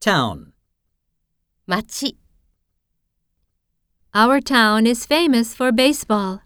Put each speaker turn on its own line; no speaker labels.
Town.
町 Our town is famous for baseball.